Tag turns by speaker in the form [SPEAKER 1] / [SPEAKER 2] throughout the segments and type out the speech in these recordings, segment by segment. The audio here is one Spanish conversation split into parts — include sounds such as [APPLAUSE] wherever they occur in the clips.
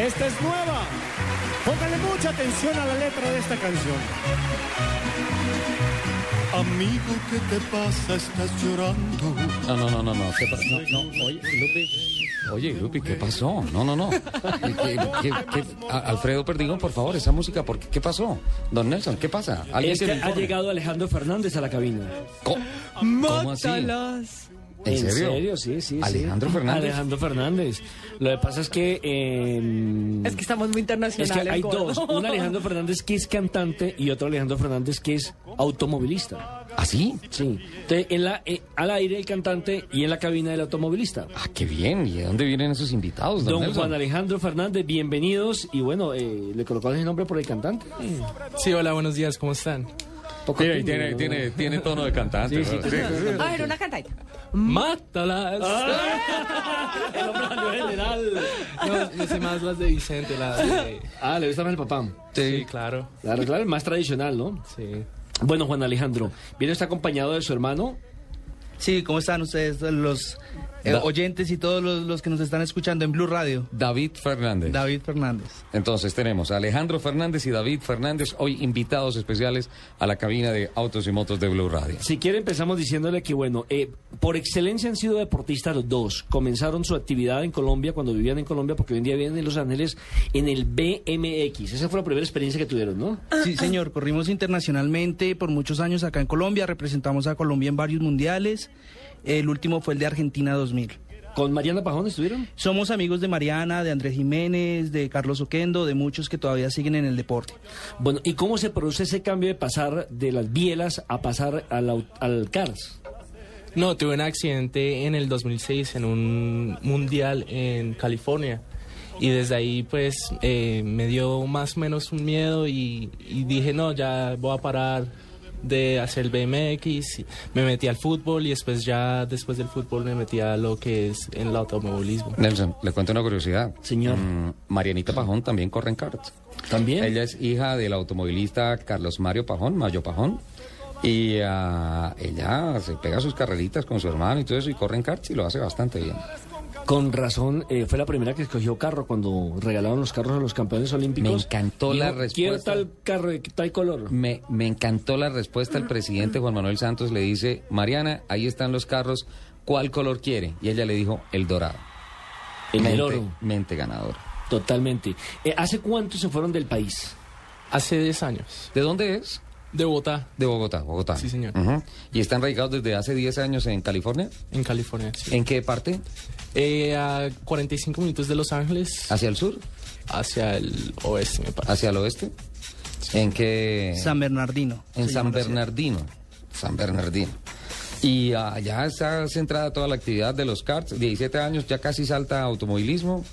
[SPEAKER 1] Esta es nueva. Póngale mucha atención a la letra de esta canción.
[SPEAKER 2] Amigo, ¿qué te pasa? Estás llorando.
[SPEAKER 3] No, no, no, no, no. ¿Qué pa- no, no, Oye, Lupi. Oye, Lupi, ¿qué pasó? No, no, no. ¿Qué- qué- qué- qué- a- Alfredo Perdigón, por favor, esa música, ¿por qué? ¿Qué pasó? Don Nelson, ¿qué pasa?
[SPEAKER 4] Es
[SPEAKER 3] se le
[SPEAKER 4] que ha
[SPEAKER 3] informe?
[SPEAKER 4] llegado Alejandro Fernández a la cabina.
[SPEAKER 3] Co- ¿Cómo así?
[SPEAKER 4] ¡Mátalas!
[SPEAKER 3] ¿En serio?
[SPEAKER 4] Sí, sí, sí.
[SPEAKER 3] ¿Alejandro Fernández?
[SPEAKER 4] Alejandro Fernández. Lo que pasa es que... eh,
[SPEAKER 5] Es que estamos muy
[SPEAKER 4] es que
[SPEAKER 5] internacionales.
[SPEAKER 4] hay
[SPEAKER 5] gordo.
[SPEAKER 4] dos. Un Alejandro Fernández que es cantante y otro Alejandro Fernández que es automovilista.
[SPEAKER 3] ¿Así?
[SPEAKER 4] Sí. Entonces, en la, eh, al aire el cantante y en la cabina del automovilista.
[SPEAKER 3] Ah, qué bien. ¿Y de dónde vienen esos invitados, don,
[SPEAKER 4] Don
[SPEAKER 3] Nelson?
[SPEAKER 4] Juan Alejandro Fernández, bienvenidos. Y bueno, eh, le colocamos el nombre por el cantante.
[SPEAKER 6] Sí, hola, buenos días, ¿cómo están?
[SPEAKER 4] Poco
[SPEAKER 3] Mira, y
[SPEAKER 4] tímido,
[SPEAKER 3] tiene,
[SPEAKER 4] ¿no?
[SPEAKER 3] tiene, tiene tono de cantante.
[SPEAKER 4] Sí, sí,
[SPEAKER 3] ¿verdad?
[SPEAKER 5] A ver, una cantadita.
[SPEAKER 6] ¡Mátalas!
[SPEAKER 4] El hombre salió general.
[SPEAKER 6] No, yo sé más las de Vicente, las de...
[SPEAKER 4] Ah, le gusta más el papá.
[SPEAKER 6] Sí, claro,
[SPEAKER 4] Claro, claro, el más tradicional, ¿no?
[SPEAKER 6] sí.
[SPEAKER 4] Bueno, Juan Alejandro, viene usted acompañado de su hermano.
[SPEAKER 7] Sí, ¿cómo están ustedes, los eh,
[SPEAKER 3] Da-
[SPEAKER 7] oyentes y todos los, los que nos están escuchando en Blue Radio?
[SPEAKER 3] David Fernández.
[SPEAKER 7] David Fernández.
[SPEAKER 3] Entonces tenemos a Alejandro Fernández y David Fernández, hoy invitados especiales a la cabina de Autos y Motos de Blue Radio.
[SPEAKER 4] Si quiere, empezamos diciéndole que, bueno, eh, por excelencia han sido deportistas los dos. Comenzaron su actividad en Colombia, cuando vivían en Colombia, porque hoy en día viven en Los Ángeles, en el BMX. Esa fue la primera experiencia que tuvieron, ¿no?
[SPEAKER 7] Sí, señor, corrimos internacionalmente por muchos años acá en Colombia, representamos a Colombia en varios mundiales, el último fue el de Argentina 2000.
[SPEAKER 4] ¿Con Mariana Pajón estuvieron?
[SPEAKER 7] Somos amigos de Mariana, de Andrés Jiménez, de Carlos Oquendo, de muchos que todavía siguen en el deporte.
[SPEAKER 4] Bueno, ¿y cómo se produce ese cambio de pasar de las bielas a pasar al, au- al CARS?
[SPEAKER 6] No, tuve un accidente en el 2006 en un mundial en California. Y desde ahí, pues, eh, me dio más o menos un miedo y, y dije, no, ya voy a parar de hacer el BMX. Y Me metí al fútbol y después ya, después del fútbol, me metí a lo que es en el automovilismo.
[SPEAKER 3] Nelson, le cuento una curiosidad.
[SPEAKER 4] Señor.
[SPEAKER 3] Mm, Marianita Pajón también corre en karts.
[SPEAKER 4] ¿También?
[SPEAKER 3] Ella es hija del automovilista Carlos Mario Pajón, Mayo Pajón. Y ah, ella se pega sus carreritas con su hermano y todo eso y corre en karts y lo hace bastante bien.
[SPEAKER 4] Con razón, eh, fue la primera que escogió carro cuando regalaron los carros a los campeones olímpicos.
[SPEAKER 3] Me encantó la
[SPEAKER 4] Dijo,
[SPEAKER 3] respuesta.
[SPEAKER 4] Quiero tal carro, de tal color.
[SPEAKER 3] Me, me encantó la respuesta. El presidente Juan Manuel Santos le dice, Mariana, ahí están los carros, ¿cuál color quiere? Y ella le dijo, el dorado.
[SPEAKER 4] El del
[SPEAKER 3] Mente-
[SPEAKER 4] oro.
[SPEAKER 3] Mente ganadora.
[SPEAKER 4] Totalmente. Eh, ¿Hace cuánto se fueron del país?
[SPEAKER 6] Hace 10 años,
[SPEAKER 3] ¿De dónde es?
[SPEAKER 6] de Bogotá,
[SPEAKER 3] De Bogotá, Bogotá.
[SPEAKER 6] Sí, señor.
[SPEAKER 3] Ujú. ¿Y están radicados desde hace 10 años en California?
[SPEAKER 6] en California. sí.
[SPEAKER 3] ¿En qué parte?
[SPEAKER 6] Eh, a 45 minutos de Los Ángeles,
[SPEAKER 3] ¿Hacia el sur?
[SPEAKER 6] hacia el oeste, me parece.
[SPEAKER 3] ¿Hacia el oeste? ¿En qué?
[SPEAKER 7] San Bernardino.
[SPEAKER 3] Eh. en
[SPEAKER 7] se
[SPEAKER 3] San
[SPEAKER 7] llama la ciudad.
[SPEAKER 3] Bernardino. San Bernardino. Y ah, allá está centrada toda la actividad de los karts. 17 años, ya casi salta a automovilismo.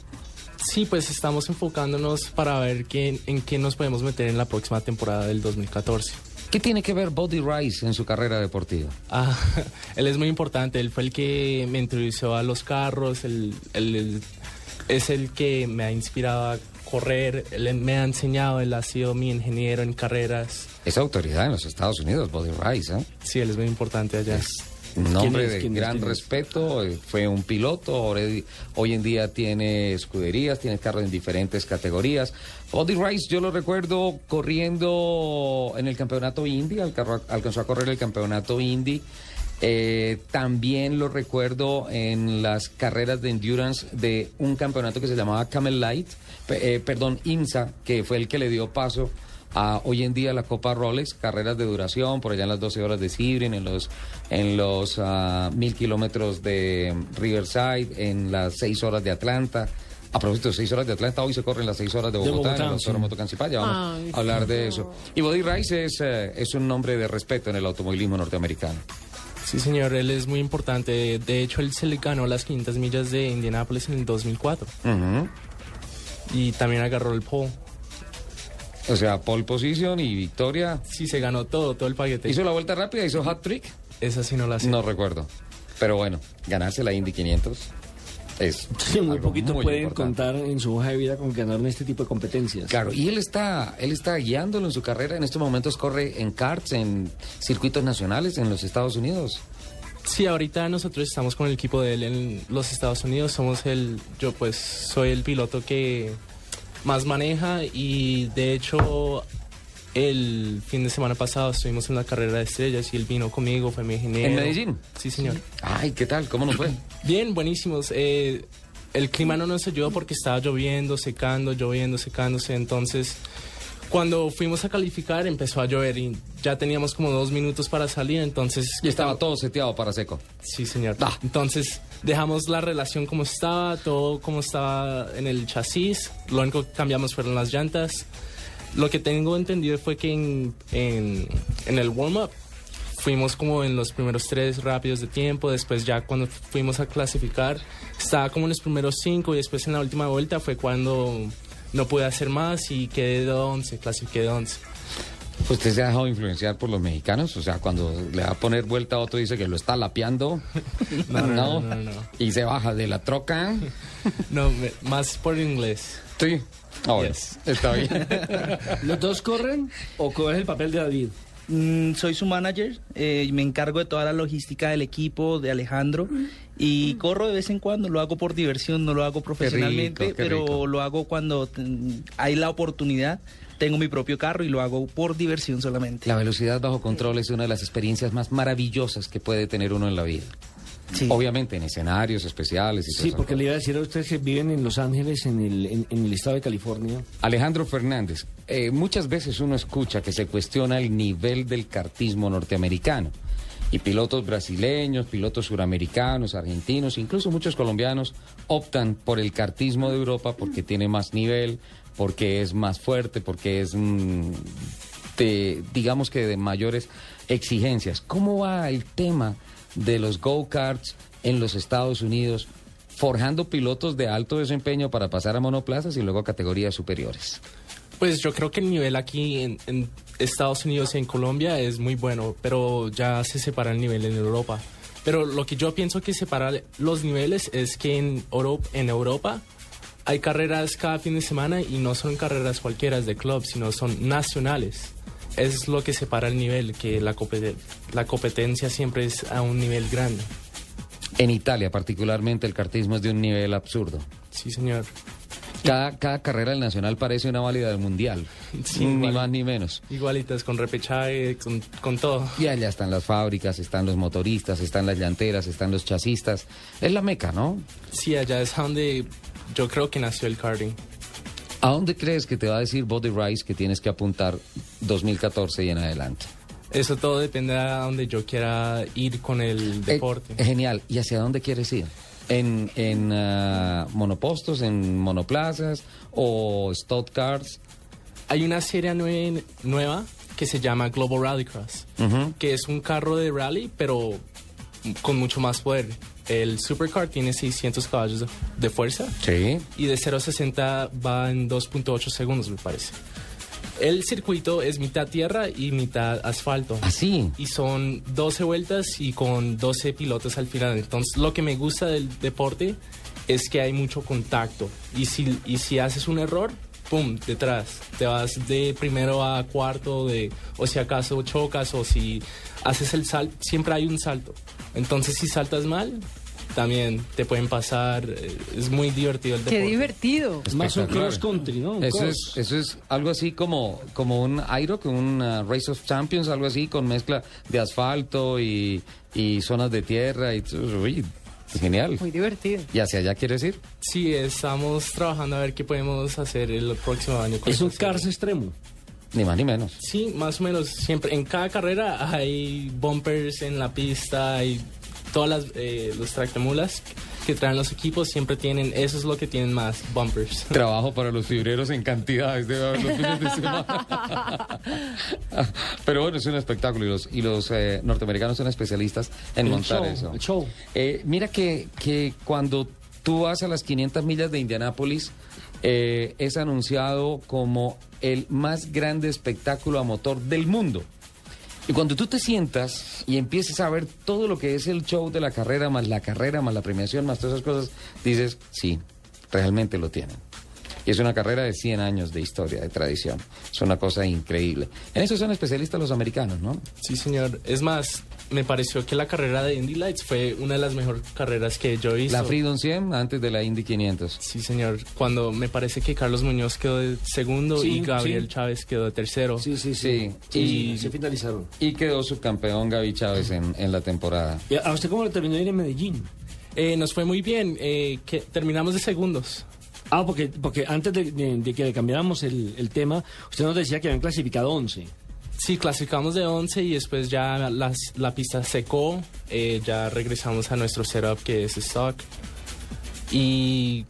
[SPEAKER 6] Sí, pues estamos enfocándonos para ver qué, en qué nos podemos meter en la próxima temporada del 2014.
[SPEAKER 3] ¿Qué tiene que ver Body Rice en su carrera deportiva?
[SPEAKER 6] Ah, [LAUGHS] él es muy importante, él fue el que me introdujo a los carros, él, él es- es el que me ha inspirado a correr, él me ha enseñado, él ha sido mi ingeniero en carreras.
[SPEAKER 3] Es autoridad en los Estados Unidos, Body Rice, ¿eh?
[SPEAKER 6] Sí, él es muy importante allá.
[SPEAKER 3] Un hombre
[SPEAKER 4] es?
[SPEAKER 3] de
[SPEAKER 4] ¿Quién es?
[SPEAKER 3] gran
[SPEAKER 4] ¿Quién es?
[SPEAKER 3] respeto, eh, fue un piloto, ahora- hoy en día tiene escuderías, tiene carros en diferentes categorías. Body Rice, yo lo recuerdo corriendo en el campeonato Indy, alca- alcanzó a correr el campeonato Indy. Eh, también lo recuerdo en las carreras de endurance de un campeonato que se llamaba Camel Light, pe- eh, perdón, IMSA, que fue el que le dio paso a hoy en día la Copa Rolex, carreras de duración, por allá en las 12 horas de Sebring, en los, en los ah, mil kilómetros de Riverside, en las 6 horas de Atlanta. A propósito, 6 horas de Atlanta, hoy se corren las 6 horas de
[SPEAKER 4] De
[SPEAKER 3] Bogotá,
[SPEAKER 4] Bogotá,
[SPEAKER 3] en el
[SPEAKER 4] sí.
[SPEAKER 3] Toro Moto Cancipaya, vamos
[SPEAKER 5] Ay,
[SPEAKER 3] a hablar de eso. Y Body Rice es, eh, es un nombre de respeto en el automovilismo norteamericano.
[SPEAKER 6] Sí, señor, él es muy importante. De hecho, él se le ganó las 500 millas de Indianápolis en el 2004
[SPEAKER 3] Ujú.
[SPEAKER 6] y también agarró el pole.
[SPEAKER 3] O sea, pole position y victoria.
[SPEAKER 6] Sí, se ganó todo, todo el paquete.
[SPEAKER 3] Hizo la vuelta rápida, hizo hat trick.
[SPEAKER 6] Esa sí no la sé.
[SPEAKER 3] No recuerdo. Pero bueno, ganarse la Indy 500 es.
[SPEAKER 4] Sí, muy
[SPEAKER 3] algo
[SPEAKER 4] poquito
[SPEAKER 3] muy
[SPEAKER 4] pueden
[SPEAKER 3] importante.
[SPEAKER 4] contar en su hoja de vida con que ganaron este tipo de competencias.
[SPEAKER 3] Claro, y él está, él está guiándolo en su carrera. En estos momentos corre en karts, en circuitos nacionales en los Estados Unidos.
[SPEAKER 6] Sí, ahorita nosotros estamos con el equipo de él en los Estados Unidos. Somos el, yo pues soy el piloto que más maneja y de hecho el fin de semana pasado estuvimos en la carrera de estrellas y él vino conmigo, fue mi ingeniero.
[SPEAKER 3] ¿En Medellín?
[SPEAKER 6] Sí, señor.
[SPEAKER 3] Ay, ¿qué tal? ¿Cómo nos fue?
[SPEAKER 6] Bien, buenísimos. Eh, el clima no nos ayudó porque estaba lloviendo, secando, lloviendo, secándose. Entonces, cuando fuimos a calificar empezó a llover y ya teníamos como dos minutos para salir. Entonces,
[SPEAKER 3] Y estaba todo seteado para seco.
[SPEAKER 6] Sí, señor.
[SPEAKER 3] Ah.
[SPEAKER 6] Entonces dejamos la relación como estaba, todo como estaba en el chasis. Lo único que cambiamos fueron las llantas. Lo que tengo entendido fue que en, en- en el warm-up fuimos como en los primeros tres rápidos de tiempo. Después ya cuando fuimos a clasificar, estaba como en los primeros cinco y después en la última vuelta fue cuando no pude hacer más y quedé de 11, clasifiqué de 11.
[SPEAKER 3] ¿Usted Pues se ha dejado influenciar por los mexicanos? O sea, cuando le va a poner vuelta a otro dice que lo está lapeando. No,
[SPEAKER 6] no, no, no.
[SPEAKER 3] Y se baja de la troca.
[SPEAKER 6] No, me- más por inglés.
[SPEAKER 3] Sí. Ah, bueno,
[SPEAKER 6] Yes.
[SPEAKER 3] Está bien.
[SPEAKER 4] ¿Los dos corren o coges el papel de David?
[SPEAKER 7] Mm, soy su manager, eh, me encargo de toda la logística del equipo, de Alejandro, y corro de vez en cuando, lo hago por diversión, no lo hago profesionalmente,
[SPEAKER 3] rico, qué
[SPEAKER 7] pero
[SPEAKER 3] rico.
[SPEAKER 7] lo hago cuando mm, hay la oportunidad, tengo mi propio carro y lo hago por diversión solamente.
[SPEAKER 3] La velocidad bajo control es una de las experiencias más maravillosas que puede tener uno en la vida.
[SPEAKER 7] Sí.
[SPEAKER 3] Obviamente en escenarios especiales y todas
[SPEAKER 4] Sí,
[SPEAKER 3] esas
[SPEAKER 4] porque
[SPEAKER 3] cosas.
[SPEAKER 4] le iba a decir a ustedes que viven en Los Ángeles, en el, en- en el estado de California.
[SPEAKER 3] Alejandro Fernández, eh, muchas veces uno escucha que se cuestiona el nivel del cartismo norteamericano. Y pilotos brasileños, pilotos suramericanos, argentinos, incluso muchos colombianos optan por el cartismo de Europa porque tiene más nivel, porque es más fuerte, porque es, mm, de, digamos que de mayores exigencias. ¿Cómo va el tema de los go-karts en los Estados Unidos? forjando pilotos de alto desempeño para pasar a monoplazas y luego a categorías superiores.
[SPEAKER 6] Pues yo creo que el nivel aquí en, en Estados Unidos y en Colombia es muy bueno, pero ya se separa el nivel en Europa. Pero lo que yo pienso que separa los niveles es que en Europa, en Europa hay carreras cada fin de semana y no son carreras cualquiera de club, sino son nacionales. Es lo que separa el nivel, que la, compet- la competencia siempre es a un nivel grande.
[SPEAKER 3] En Italia, particularmente, el cartismo es de un nivel absurdo.
[SPEAKER 6] Sí, señor.
[SPEAKER 3] Cada, cada carrera del Nacional parece una válida del Mundial,
[SPEAKER 6] Sí,
[SPEAKER 3] ni
[SPEAKER 6] igual.
[SPEAKER 3] más ni menos.
[SPEAKER 6] Igualitas, con repechaje, con, con todo.
[SPEAKER 3] Y allá están las fábricas, están los motoristas, están las llanteras, están los chasistas. Es la meca, ¿no?
[SPEAKER 6] Sí, allá es donde yo creo que nació el karting.
[SPEAKER 3] ¿A dónde crees que te va a decir Body Rice que tienes que apuntar 2014 y en adelante?
[SPEAKER 6] Eso todo depende a donde yo quiera ir con el
[SPEAKER 3] Eh,
[SPEAKER 6] deporte.
[SPEAKER 3] eh, genial. ¿Y hacia dónde quieres ir? ¿En, en ah, monopostos, en monoplazas o stock cars?
[SPEAKER 6] Hay una serie nue- nueva que se llama Global Rallycross,
[SPEAKER 3] Ujú.
[SPEAKER 6] que es un carro de rally, pero con mucho más poder. El supercar tiene 600 caballos de, de fuerza
[SPEAKER 3] Sí.
[SPEAKER 6] y de 0 a 60 va en 2.8 segundos, me parece. El circuito es mitad tierra y mitad asfalto.
[SPEAKER 3] Así.
[SPEAKER 6] y son 12 vueltas y con 12 pilotos al final. Entonces, lo que me gusta del deporte es que hay mucho contacto. Y si, y si haces un error, pum, detrás. Te vas de primero a cuarto, de, o si acaso chocas, o si haces el salto, siempre hay un salto. Entonces, si saltas mal, también te pueden pasar. eh, Es muy divertido el
[SPEAKER 5] Qué
[SPEAKER 6] deporte.
[SPEAKER 5] divertido.
[SPEAKER 4] Más un
[SPEAKER 3] Espectacular.
[SPEAKER 4] cross country, ¿no? Un
[SPEAKER 3] Eso es,
[SPEAKER 4] cross.
[SPEAKER 3] eso es algo así como, como un IROC, un ah, Race of Champions, algo así, con mezcla de asfalto y, y zonas de tierra. Y, todo. uy, genial.
[SPEAKER 5] Muy divertido.
[SPEAKER 3] ¿Y hacia allá quieres ir?
[SPEAKER 6] Sí, estamos trabajando a ver qué podemos hacer el próximo año. con
[SPEAKER 4] Es un
[SPEAKER 6] esta serie.
[SPEAKER 4] cars extremo.
[SPEAKER 3] Ni más ni menos.
[SPEAKER 6] Sí, más o menos. Siempre en cada carrera hay bumpers en la pista, hay todas las eh, los tractamulas que traen los equipos siempre tienen. Eso es lo que tienen más bumpers. [LAUGHS]
[SPEAKER 3] [LAUGHS] Trabajo para los fibreros en cantidades, debe haber los fines de
[SPEAKER 4] [LAUGHS]
[SPEAKER 3] semana. Pero bueno, es un espectáculo y los, y los eh, norteamericanos son especialistas en
[SPEAKER 4] El
[SPEAKER 3] montar
[SPEAKER 4] show,
[SPEAKER 3] eso.
[SPEAKER 4] el show.
[SPEAKER 3] Eh, mira que, que cuando tú vas a las 500 millas de Indianápolis, eh, es anunciado como el más grande espectáculo a motor del mundo. Y cuando tú te sientas y empieces a ver todo lo que es el show de la carrera, más la carrera, más la premiación, más todas esas cosas, dices, sí, realmente lo tienen. Y es una carrera de 100 años de historia, de tradición. Es una cosa increíble. En eso son especialistas los americanos, ¿no?
[SPEAKER 6] Sí, señor. Es más, me pareció que la carrera de Indy Lights fue una de las mejores carreras que yo hice.
[SPEAKER 3] La Freedom 100 antes de la Indy 500.
[SPEAKER 6] Sí, señor. Cuando me parece que Carlos Muñoz quedó de segundo
[SPEAKER 4] Sí,
[SPEAKER 6] y Gabriel
[SPEAKER 4] sí.
[SPEAKER 6] Chávez quedó de tercero.
[SPEAKER 4] Sí, sí, sí.
[SPEAKER 3] Sí.
[SPEAKER 4] Y
[SPEAKER 3] Y-
[SPEAKER 4] se finalizaron.
[SPEAKER 3] Y quedó subcampeón Gaby Chávez en, en la temporada.
[SPEAKER 4] ¿Y Eh, ¿A usted cómo le terminó de ir en Medellín?
[SPEAKER 6] Eh, nos fue muy bien. eh, que terminamos de segundos.
[SPEAKER 4] Ah, porque, porque antes de, de- de que le cambiáramos el, el tema, usted nos decía que habían clasificado 11.
[SPEAKER 6] Sí, clasificamos de 11 y después ya las- la pista secó, eh, ya regresamos a nuestro setup que es stock y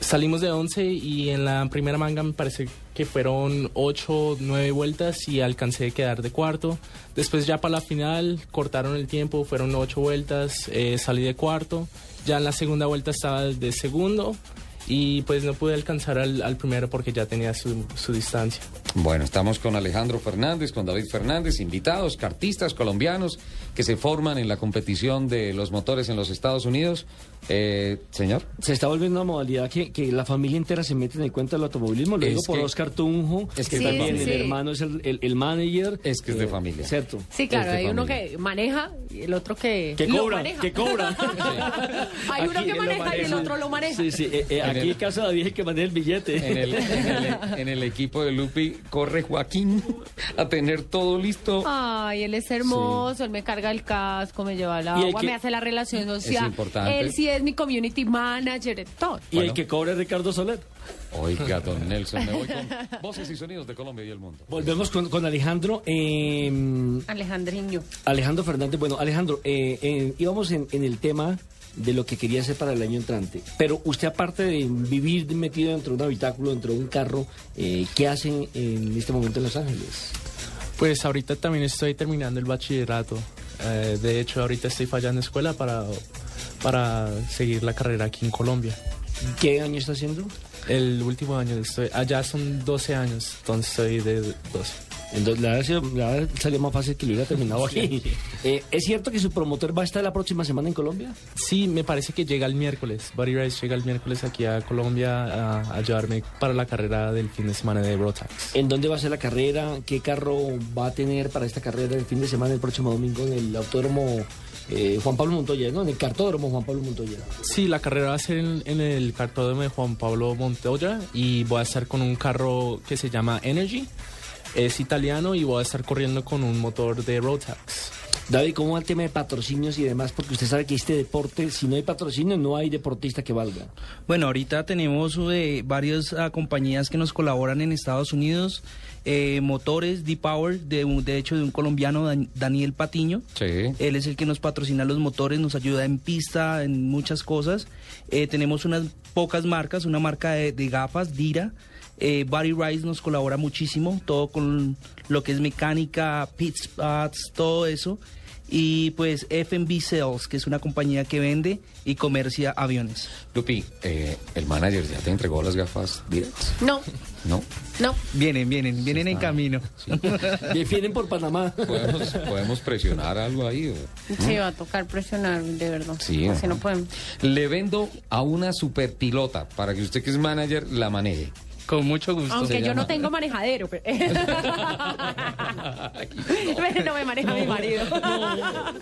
[SPEAKER 6] salimos de 11 y en la primera manga me parece que fueron 8, 9 vueltas y alcancé a quedar de cuarto. Después ya para la final cortaron el tiempo, fueron 8 vueltas, eh, salí de cuarto, ya en la segunda vuelta estaba de segundo y pues no pude alcanzar al, al primero porque ya tenía su- su distancia.
[SPEAKER 3] Bueno, estamos con Alejandro Fernández, con David Fernández, invitados, cartistas colombianos que se forman en la competición de los motores en los Estados Unidos. Eh, señor,
[SPEAKER 4] Se está volviendo una modalidad que, que la familia entera se mete en el cuenta del automovilismo. Lo
[SPEAKER 3] Es
[SPEAKER 4] digo por
[SPEAKER 3] que-
[SPEAKER 4] Oscar Tunjo.
[SPEAKER 3] es que
[SPEAKER 4] que
[SPEAKER 3] es de
[SPEAKER 4] también el
[SPEAKER 3] familia.
[SPEAKER 4] hermano es el, el- el manager. Eh,
[SPEAKER 3] Es que es de familia.
[SPEAKER 4] Cierto.
[SPEAKER 5] Sí, claro,
[SPEAKER 3] Es de
[SPEAKER 5] hay uno
[SPEAKER 3] familia.
[SPEAKER 5] que maneja y el otro que,
[SPEAKER 4] Que
[SPEAKER 5] lo
[SPEAKER 4] cobra,
[SPEAKER 5] maneja.
[SPEAKER 4] que
[SPEAKER 5] [LAUGHS]
[SPEAKER 4] cobra.
[SPEAKER 5] hay uno
[SPEAKER 4] Aquí
[SPEAKER 5] que
[SPEAKER 4] lo
[SPEAKER 5] maneja y el
[SPEAKER 4] maneja.
[SPEAKER 5] otro lo maneja.
[SPEAKER 4] Sí, sí. eh, eh,
[SPEAKER 3] En
[SPEAKER 4] aquí
[SPEAKER 3] el-
[SPEAKER 4] en casa David es el que maneja el billete.
[SPEAKER 3] en
[SPEAKER 4] [LAUGHS]
[SPEAKER 3] el, en el- en el equipo de Lupi corre Joaquín a tener todo listo.
[SPEAKER 5] Ay, él es hermoso, él me carga el casco, me lleva al
[SPEAKER 4] el
[SPEAKER 5] agua,
[SPEAKER 4] que-
[SPEAKER 5] me hace la relación social.
[SPEAKER 3] importante.
[SPEAKER 5] Él sí es mi community manager, todo.
[SPEAKER 4] Y el
[SPEAKER 3] Bueno.
[SPEAKER 4] que cobra es Ricardo Soler.
[SPEAKER 3] Oiga, don Nelson, me voy con voces y sonidos de Colombia y el mundo.
[SPEAKER 4] Volvemos con, con Alejandro. eh,
[SPEAKER 5] Alejandriño.
[SPEAKER 4] Alejandro Fernández. Bueno, Alejandro, eh, eh, íbamos en, en el tema de lo que quería hacer para el año entrante. Pero usted, aparte de vivir metido dentro de un habitáculo, dentro de un carro, eh, ¿qué hace en este momento en Los Ángeles?
[SPEAKER 6] Pues ahorita también estoy terminando el bachillerato. Eh, de hecho, ahorita estoy fallando escuela para, para seguir la carrera aquí en Colombia.
[SPEAKER 4] ¿Qué año está haciendo?
[SPEAKER 6] El último año estoy, allá son 12 años, entonces estoy de 12.
[SPEAKER 4] Entonces, la verdad, sí, la verdad salió más fácil que lo hubiera terminado aquí. Eh, ¿Es cierto que su promotor va a estar la próxima semana en Colombia?
[SPEAKER 6] Sí, me parece que llega el miércoles. Buddy Rice llega el miércoles aquí a Colombia a, a llevarme para la carrera del fin de semana de Brotax.
[SPEAKER 4] ¿En dónde va a ser la carrera? ¿Qué carro va a tener para esta carrera el fin de semana, el próximo domingo, en el autódromo eh, Juan Pablo Montoya? ¿no? En el cartódromo Juan Pablo Montoya.
[SPEAKER 6] Sí, la carrera va a ser en, en el cartódromo de Juan Pablo Montoya y voy a estar con un carro que se llama Energy. Es italiano y voy a estar corriendo con un motor de Rotax.
[SPEAKER 4] David, ¿cómo va el tema de patrocinios y demás? Porque usted sabe que este deporte, si no hay patrocinio, no hay deportista que [LAUGHS] valga.
[SPEAKER 7] Bueno, ahorita tenemos eh, varias ah, compañías que nos colaboran en Estados Unidos. eh, motores D-Power, de, un- de hecho de un colombiano, Dan- Daniel Patiño.
[SPEAKER 3] Sí.
[SPEAKER 7] Él es el que nos patrocina los motores, nos ayuda en pista, en muchas cosas. Eh, tenemos unas pocas marcas, una marca de, de gafas, Dira. Eh, Barry Rice nos colabora muchísimo, todo con lo que es mecánica, pit spots, todo eso. Y pues FB Sales, que es una compañía que vende y comercia aviones.
[SPEAKER 3] Lupi, eh, el manager ya te entregó las gafas directas.
[SPEAKER 5] No,
[SPEAKER 3] No.
[SPEAKER 5] no.
[SPEAKER 7] Vienen, vienen, vienen en camino.
[SPEAKER 4] Defienden por Panamá.
[SPEAKER 3] Podemos, podemos presionar algo ahí. o-
[SPEAKER 5] Sí, va a tocar presionar, de verdad.
[SPEAKER 3] Sí,
[SPEAKER 5] Así
[SPEAKER 3] ajá.
[SPEAKER 5] no podemos.
[SPEAKER 3] Le vendo a una superpilota para que usted que es manager la maneje.
[SPEAKER 7] Con mucho gusto.
[SPEAKER 5] Aunque
[SPEAKER 3] se
[SPEAKER 5] yo no
[SPEAKER 3] llama-
[SPEAKER 5] tengo
[SPEAKER 3] [LAUGHS]
[SPEAKER 5] manejadero, pero... [LAUGHS] Pero no me maneja mi marido.
[SPEAKER 4] este A,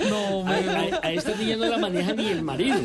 [SPEAKER 4] a- a esta niña no la maneja ni el marido.